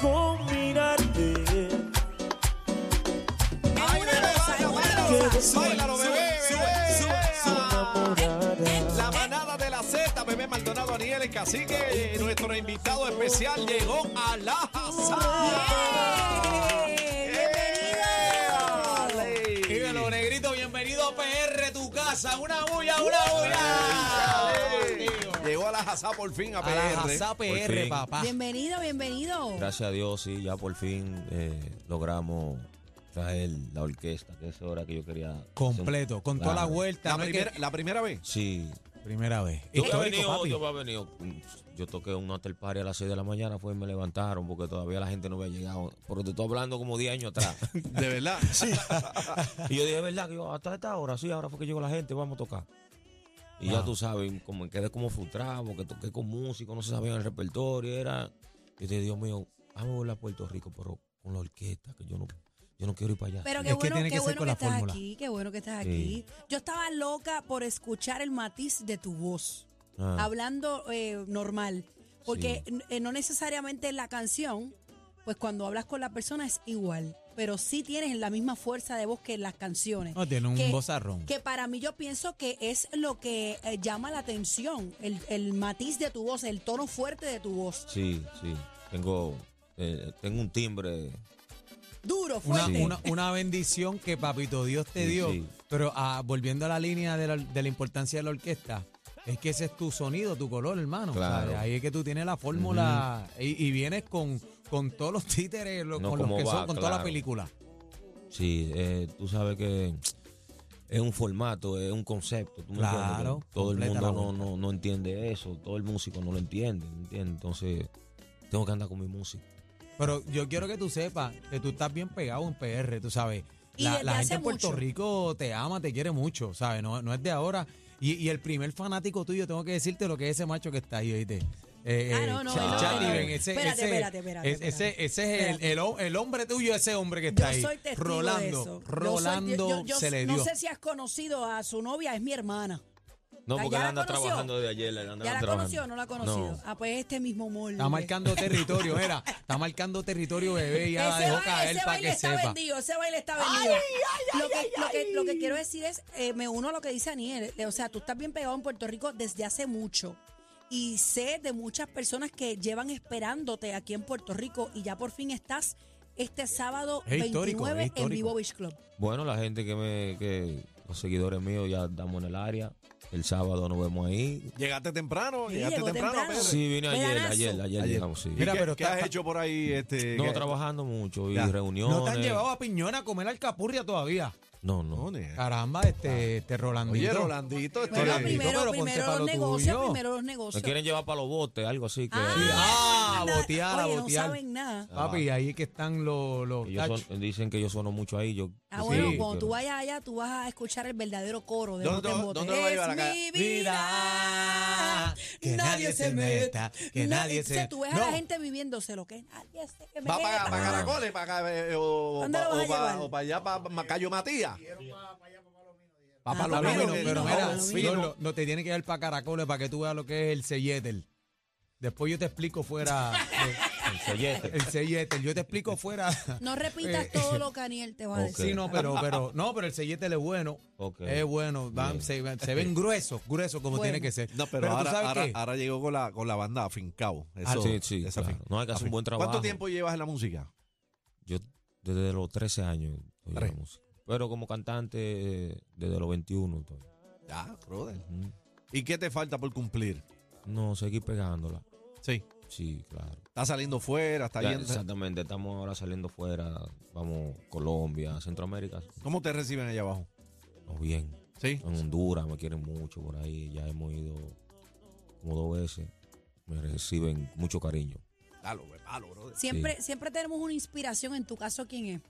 con mirarte. Báilalo, bebé, bebé. enamorada. La manada de la Z, bebé Maldonado, Aniel, el cacique, eh, nuestro invitado especial llegó a la Hazana. Dígalo, negrito, bienvenido a PR, tu casa, una bulla, una bulla. Llegó a la Hazá por fin a A PR. la Jazá PR, fin. papá. Bienvenido, bienvenido. Gracias a Dios, sí, ya por fin eh, logramos traer la orquesta, que es hora que yo quería. Completo, con toda la Claro. vuelta. La no hay primera, la primera vez. Hacer- Sí. que- primera vez. Yo había Histórico, venido- papi. yo había venido, mm, yo toqué un hotel party a las 6 de la mañana, fue y me levantaron porque todavía la gente no había llegado. Porque te estoy hablando como 10 años atrás. De verdad. Sí. y yo dije, ¿verdad? Que yo, hasta esta hora, sí, ahora fue que llegó la gente, vamos a tocar. Y ya Wow. tú sabes, como me quedé como frustrado, porque toqué con músicos, no se sabía el repertorio, era. Yo dije, Dios mío, vamos a volver a Puerto Rico, pero con la orquesta, que yo no, yo no quiero ir para allá. Pero Es qué que bueno, tiene qué que ser bueno con que la estás fórmula. aquí, qué bueno que estás Sí. aquí. Yo estaba loca por escuchar el matiz de tu voz, Ah. hablando eh, normal, porque n- eh, no necesariamente la canción, pues cuando hablas con la persona es igual, pero sí tienes la misma fuerza de voz que en las canciones. No, tiene un que- bozarrón. Que para mí yo pienso que es lo que eh, llama la atención, el, el matiz de tu voz, el tono fuerte de tu voz. Sí, sí. Tengo, eh, tengo un timbre. Duro, Una, fuerte. una- una bendición que papito Dios te Sí, dio. sí. Pero ah, volviendo a la línea de la, de la importancia de la orquesta, es que ese es tu sonido, tu color, hermano. Claro. O sea, ahí es que tú tienes la fórmula y, y vienes con, con todos los títeres, lo- No, con los como que va, son, con toda la claro. película. Sí, eh, tú sabes que es un formato, es un concepto. ¿tú me Claro, entiendes? Que Todo el completa la mundo no, vuelta. no, no entiende eso. Todo el músico no lo entiende. ¿me entiendes? Entonces, tengo que andar con mi música. Pero yo quiero que tú sepas que tú estás bien pegado en PR, tú sabes. Y La, desde la hace gente en Puerto mucho. Rico te ama, te quiere mucho, ¿sabes? No, no es de ahora. Y, y el primer fanático tuyo, tengo que decirte lo que es ese macho que está ahí, ¿oíste? Eh, Ah, eh, no, no, Ch- no, no, Charlie no. Ben, ese, Espérate, ese- espérate, espérate, es- ese- espérate. ese es el- el, hom- el hombre tuyo, ese hombre que está Yo ahí. soy testigo Rolando, de eso. Yo soy- Rolando yo- yo se le dio. No sé si has conocido a su novia, es mi hermana. No, Ah, porque ya él la anda conoció. trabajando de ayer. él anda ¿Ya la trabajando. conoció o no la ha conocido? Ah, pues este mismo molde. Está marcando territorio, era. Está marcando territorio, bebé, y ya la ese dejó baile, caer ese para baile que está sepa. vendido, ese baile está vendido. lo, que, lo, que, lo que quiero decir es, eh, me uno a lo que dice Aniel. eh, O sea, tú estás bien pegado en Puerto Rico desde hace mucho. Y sé de muchas personas que llevan esperándote aquí en Puerto Rico y ya por fin estás este sábado Es 29 histórico, es en histórico. Vivo Beach Club. Bueno, la gente que me. Que, los seguidores míos ya andamos en el área. El sábado nos vemos ahí. Llegaste temprano, Sí, llegaste llegó temprano. temprano. Pedro. Sí, vine ayer, Veranazo. ayer, ayer, Ayer. llegamos, sí. ¿Y Mira, qué, pero qué está- has hecho por ahí? Este, No, qué- trabajando mucho y Ya. No te han reuniones. No te han llevado a Piñona a comer alcapurria todavía. No, No, no. ni- Caramba, este, este Rolandito. Oye, Rolandito, este- Bueno, Sí. primero, Pero ponte primero, pa' los lo negocios, tuyo. primero los Me negocios, quieren llevar para los botes, algo así. Que, Ah, Anda, botear, a oye, botear. no saben nada. Papi, ahí es que están los... los que yo son- tachos. dicen que yo sono mucho ahí. Yo, Ah, sí, bueno, que- cuando tú vayas allá, tú vas a escuchar el verdadero coro de ¿Dónde bote te en va- bote. dónde lo va a llevar es acá? mi vida. Que nadie se meta, que nadie o sea, se- Tú ves a la No. gente viviéndolo, que nadie se meta. Va para, para Caracoles, para, eh, o, ¿Dónde lo vas a para, llevar? allá, para Macayo Matías. Papá Ah, Palomino, Palomino, pero no, mira, Palomino. no, no, no te tiene que ir para Caracoles para que tú veas lo que es el selletel. Después yo te explico fuera... eh, El sellete. el selletel, yo te explico fuera... No repitas Eh, todo lo que Aniel te va a Ok. Sí, decir. no, pero, pero, no, pero el selletel es bueno. Ok. Es bueno, van- Bien. se, ven- se ven gruesos, gruesos como Bueno. tiene que ser. No, pero, ahora, tú sabes ahora, qué? ahora llegó con la, con la banda Afincao. Eso, sí, sí, esa claro. fin- No, hay que hacer un afin- buen ¿Cuánto trabajo. tiempo llevas en la música? Yo desde los 13 años estoy en la Tres. música. Pero como cantante eh, desde los 21. estoy. Ya, brother. Mm. ¿Y qué te falta por cumplir? No, seguir pegándola. Sí. Sí, claro. Está saliendo fuera, está Ya, yendo. exactamente, estamos ahora saliendo fuera, vamos, Colombia, Centroamérica, ¿Cómo te reciben allá abajo? no bien. Sí. En Honduras me quieren mucho por ahí, ya hemos ido como dos veces, me reciben mucho cariño. Dalo, güey, palo, bro. Siempre, siempre tenemos una inspiración. En tu caso, ¿quién es?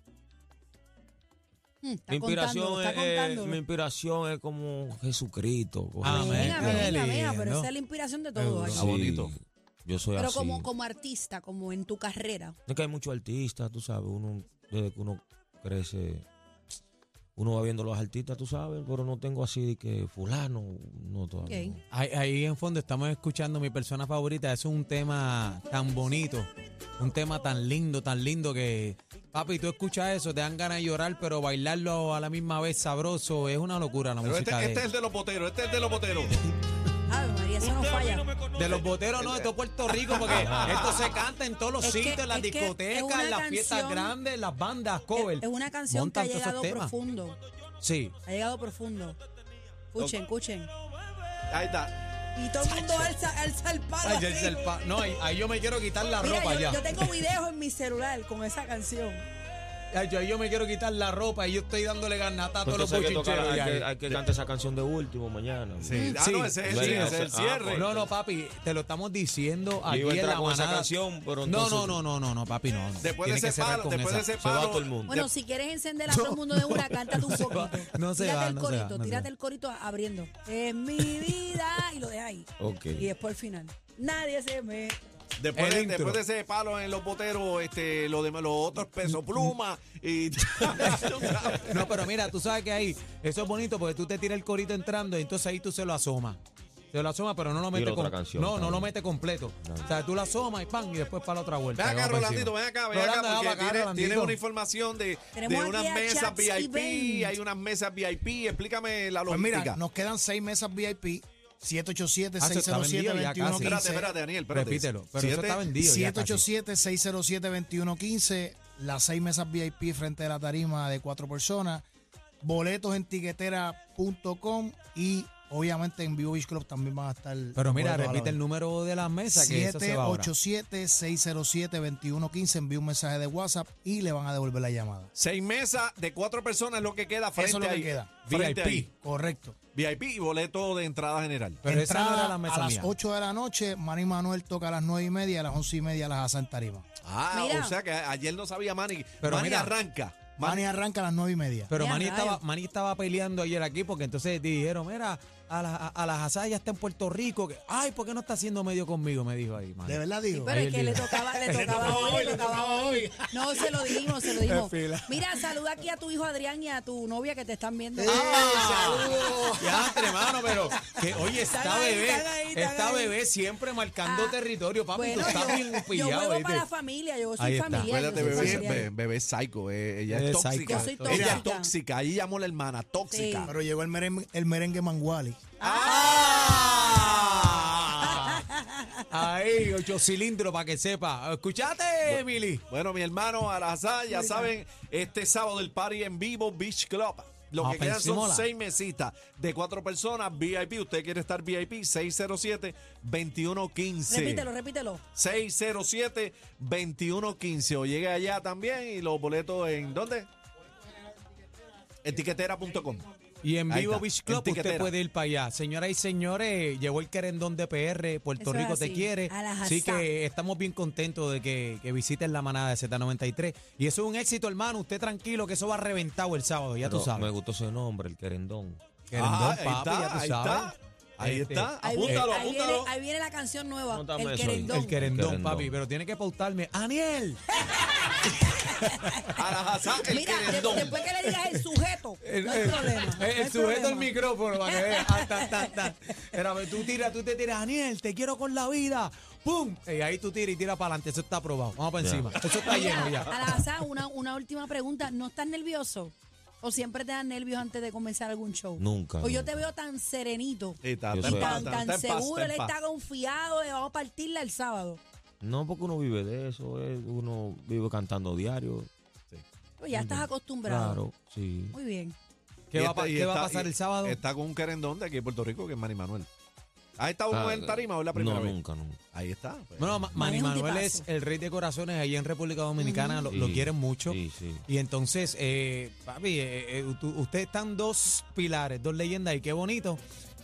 Hmm, está Mi contándolo, inspiración, está es, contándolo. mi inspiración es como Jesucristo. cosas así. Amén. Venga, venga, Qué venga, pero lindo. esa es la inspiración de todos. Sí, Está bonito. Yo soy Pero así. como, como artista, como en tu carrera. Es que hay muchos artistas, tú sabes, uno, desde que uno crece, uno va viendo los artistas, tú sabes, pero no tengo así de que fulano, no todavía. Ok. no. Ahí, ahí en fondo estamos escuchando mi persona favorita. Es un tema tan bonito, un tema tan lindo, tan lindo que, papi, tú escuchas eso, te dan ganas de llorar, pero bailarlo a la misma vez sabroso es una locura la Pero este, música. de- este es el de los boteros, este es el de los boteros. Ave María, eso no falla. De los boteros no, de todo Puerto Rico, porque esto se canta en todos los Es que- sitios, en las es que es discotecas, una en las fiestas canción- grandes, en las bandas, cover. Es es una canción que ha Montan todos esos llegado temas. profundo. Sí. Ha llegado profundo. Escuchen, escuchen. Ahí está. Y todo el mundo alza, alza el palo. Ay, así. Jersey, el pa- no, ahí, ahí yo me quiero quitar la Mira, ropa yo, ya. yo tengo videos en mi celular con esa canción. Ay, yo, ahí yo me quiero quitar la ropa y yo estoy dándole garnata a todos los Pues Entonces hay que tocar- buchincheros. hay, ya. que, hay que cantar esa canción de último mañana. Sí. Ah, Sí. no, ese es el, Sí, cierre, ese pues, es el ese- ah, cierre. No, no, papi, te lo estamos diciendo aquí iba a en entrar la con esa manada. canción, pero no, entonces- no, no, no, no, no, papi, no. Después de Tiene que ese cerrar palo, con después de ese ese Se va palo. todo el mundo. Bueno, si quieres encender a todo el mundo de una, cántate un poquito. no se tírate va, el no se corito, va, no se tírate va. el corito abriendo. Es mi vida y lo dejas ahí. Ok. Y después al final. Nadie se me. Después, El de, intro. después de ese palo en los boteros, este, lo de, los otros Mm, peso pluma y. No, pero mira, tú sabes que ahí, eso es bonito porque tú te tiras el corito entrando y entonces ahí tú se lo asomas. Se lo asomas, pero no lo mete otra com- canción No, no lo también. mete completo. O sea, tú lo asomas y pan y después para la otra vuelta. Ven y acá, vamos para Rolandito, encima. ven acá, ven acá, Rolando, porque va para acá, tienes, Rolandito. tienes una información de, de Tenemos aquí unas a mesas Chaps y Ben. VIP, hay unas mesas VIP, explícame la Pues logística. mira, nos quedan seis mesas VIP, Ah, eso está vendido ya casi. 787-607-2115. espérate, espérate, Daniel, espérate. Repítelo, pero eso Siete- está vendido. ya casi. 787-607-2115, las seis mesas VIP frente de la tarima de cuatro personas, boletos en tiquetera.com y obviamente en Vivo Beach Club también van a estar. Pero los mira, boletos a la repite el venta. número de la mesa que eso se va ahora. 787-607-2115, envía un mensaje de WhatsApp y le van a devolver la llamada. Seis mesas de cuatro personas es lo que queda frente Eso es lo que ahí. queda. Frente VIP. ahí. Correcto. VIP y boleto de entrada general. Pero esa no Entrada era la mesa a las mía. 8 de la noche, Manny Manuel toca a las 9 y media, a las 11 y media las hacen tarima. Ah, Mira. o sea que ayer no sabía Manny. Pero Manny mira. arranca. Manny arranca a las 9 y media. Pero Mira, Manny estaba, rayos. Manny estaba peleando ayer aquí porque entonces dijeron, mira, a, la- a- a las asayas está en Puerto Rico. Que, Ay, ¿por qué no está haciendo medio conmigo? Me dijo ahí, Manny. De verdad digo. Pero Ahí el es que le día. tocaba, le tocaba hoy, le tocaba hoy. No, se lo dijimos, se lo dijimos. Mira, saluda aquí a tu hijo Adrián y a tu novia que te están viendo. Ah, Ya, entre, mano, pero que oye, Están esta ahí, bebé, están ahí, están esta ahí. bebé siempre marcando Ah, territorio, papi, Bueno, tú estás yo, bien yo pillado, juego ¿viste? para la familia, yo Ahí soy está. familiar. yo Acuérdate, soy bebé, familiar. bebé, bebé es psycho. eh, ella Bebé es es tóxica. psycho. Yo soy Ella tóxica. es tóxica. Ahí llamó la hermana, tóxica. Pero llegó el merengue, el merengue Manguali. ¡Ah! Ahí, ocho cilindros para que sepa. Escuchate, Emily. Bueno, mi hermano Arazá, ya saben, este sábado el party en vivo Beach Club. Lo Ah, que quedan son pensímola. seis mesitas de cuatro personas VIP. Usted quiere estar VIP, 607-2115. Repítelo, repítelo. 607-2115. O llegue allá también y los boletos en ¿dónde? Etiquetera.com. Y en Ahí vivo está, Beach en Club usted tiquetera. puede ir para allá. Señoras y señores, llegó el querendón de PR, Puerto Eso es Rico te así, quiere. a las Así asá. que estamos bien contentos de que, que visiten la manada de Z93. Y eso es un éxito, hermano. Usted tranquilo que eso va reventado el sábado, ya Pero tú sabes. Me gustó ese nombre, el querendón. Querendón, Ah, ahí papi, está, ya tú ahí sabes. está. Ahí Este, está. Ahí viene, Apúntalo, ahí, viene, apúntalo. ahí viene la canción nueva, Anótame el eso ahí. querendón. El querendón, Querendón. papi, pero tiene que pautarme. ¡Aniel! Arazá, el Mira, de- querendón. después que le digas el sujeto, no hay problema. no hay eh, el sujeto del problema. micrófono para que vea. Ah, ta, ta, ta. Era, pues, tú tiras, tú te tiras, Aniel, te quiero con la vida. ¡Pum! Y ahí tú tiras y tiras para adelante. Eso está aprobado. Vamos para encima. Eso está lleno Mira, ya. Alazá, una, una última pregunta. ¿No estás nervioso? ¿O siempre te dan nervios antes de comenzar algún show? Nunca, O yo nunca. te veo tan serenito. Sí, está, Yo está en y soy- paz, tan, está- tan está en paz, seguro, está en él paz. está confiado de vamos a partirla el sábado. No, porque uno vive de eso, eh, uno vive cantando diario. Pues ya estás acostumbrado. Claro, sí. Muy bien. ¿Qué, Y va, a está- pa- y qué va a está- pasar y el sábado? Está con un querendón de aquí en Puerto Rico que es Manny Manuel. ¿Has estado Ah, uno en tarima o es la primera No, vez? nunca, nunca. Ahí está. pues. Bueno, Ma- Manny Manuel es un Manuel es tipazo. el rey de corazones ahí en República Dominicana, lo, lo Sí, quieren mucho. Sí, sí. Y entonces, eh, papi, eh, eh, tú- ustedes están dos pilares, dos leyendas, y qué bonito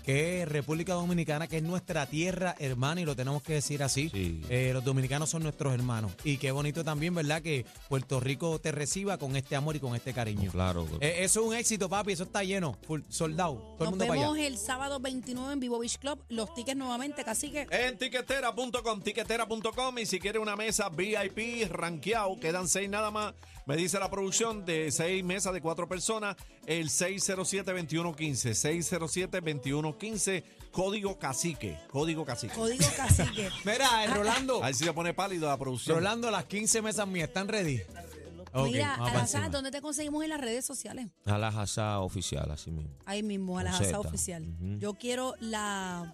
que es República Dominicana, que es nuestra tierra hermana, y lo tenemos que decir así. Sí. Eh, los dominicanos son nuestros hermanos. Y qué bonito también, ¿verdad? Que Puerto Rico te reciba con este amor y con este No, cariño. claro. Eh, eso es un éxito, papi, eso está lleno, full, soldado, todo el Nos mundo para allá. vemos el sábado 29 en Vivo Beach Club. Los tickets nuevamente, casi que En tiquetera.com, tiquetera.com y si quiere una mesa VIP rankeado, quedan seis nada más, me dice la producción de seis mesas de cuatro personas, el 607-2115, 607-2115, código cacique, código cacique. código cacique. Mira, eh, Rolando, Ah, Ahí sí se pone pálido la producción. Rolando, las 15 mesas mías, ¿están ready? Ok, Mira, vamos para encima. Alazán, ¿dónde te conseguimos en las redes sociales? A la jazá oficial, así mismo. Ahí mismo, a la Con Jazá Z. oficial. Ujú. Yo quiero la,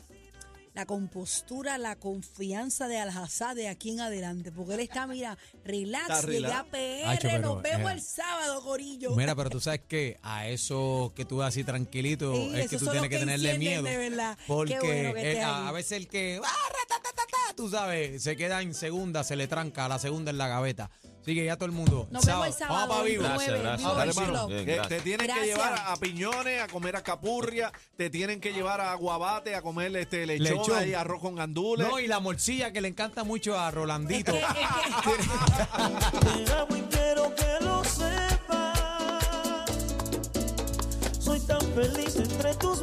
la compostura, la confianza de Aljazá de aquí en adelante, porque él está, mira, relax, Está llegué relax. a PR, Hacho, pero, nos vemos eh, el sábado, Corillo. Mira, pero tú sabes que a eso que tú así tranquilito Sí, es que esos tú son los tienes que, que tenerle miedo. encienden, de verdad. Qué Porque bueno que eh, estés a, ahí. a veces el que, ah, ratatatatá, tú sabes, se queda en segunda, se le tranca, a la segunda en la gaveta. Así que ya todo el mundo. Nos vemos el sábado, sábado, Vamos para vivo. 29, en Gracias, Vivo Dale, gracias. Beach mano. Club. Bien, Que gracias. te tienen Gracias. que llevar a piñones, a comer a capurria, te tienen que llevar a aguabate, a comer este lechón, Lechón. y arroz con gandules. No, y la morcilla que le encanta mucho a Es Rolandito. que- es que- Te amo y quiero que lo sepas. Soy tan feliz entre tus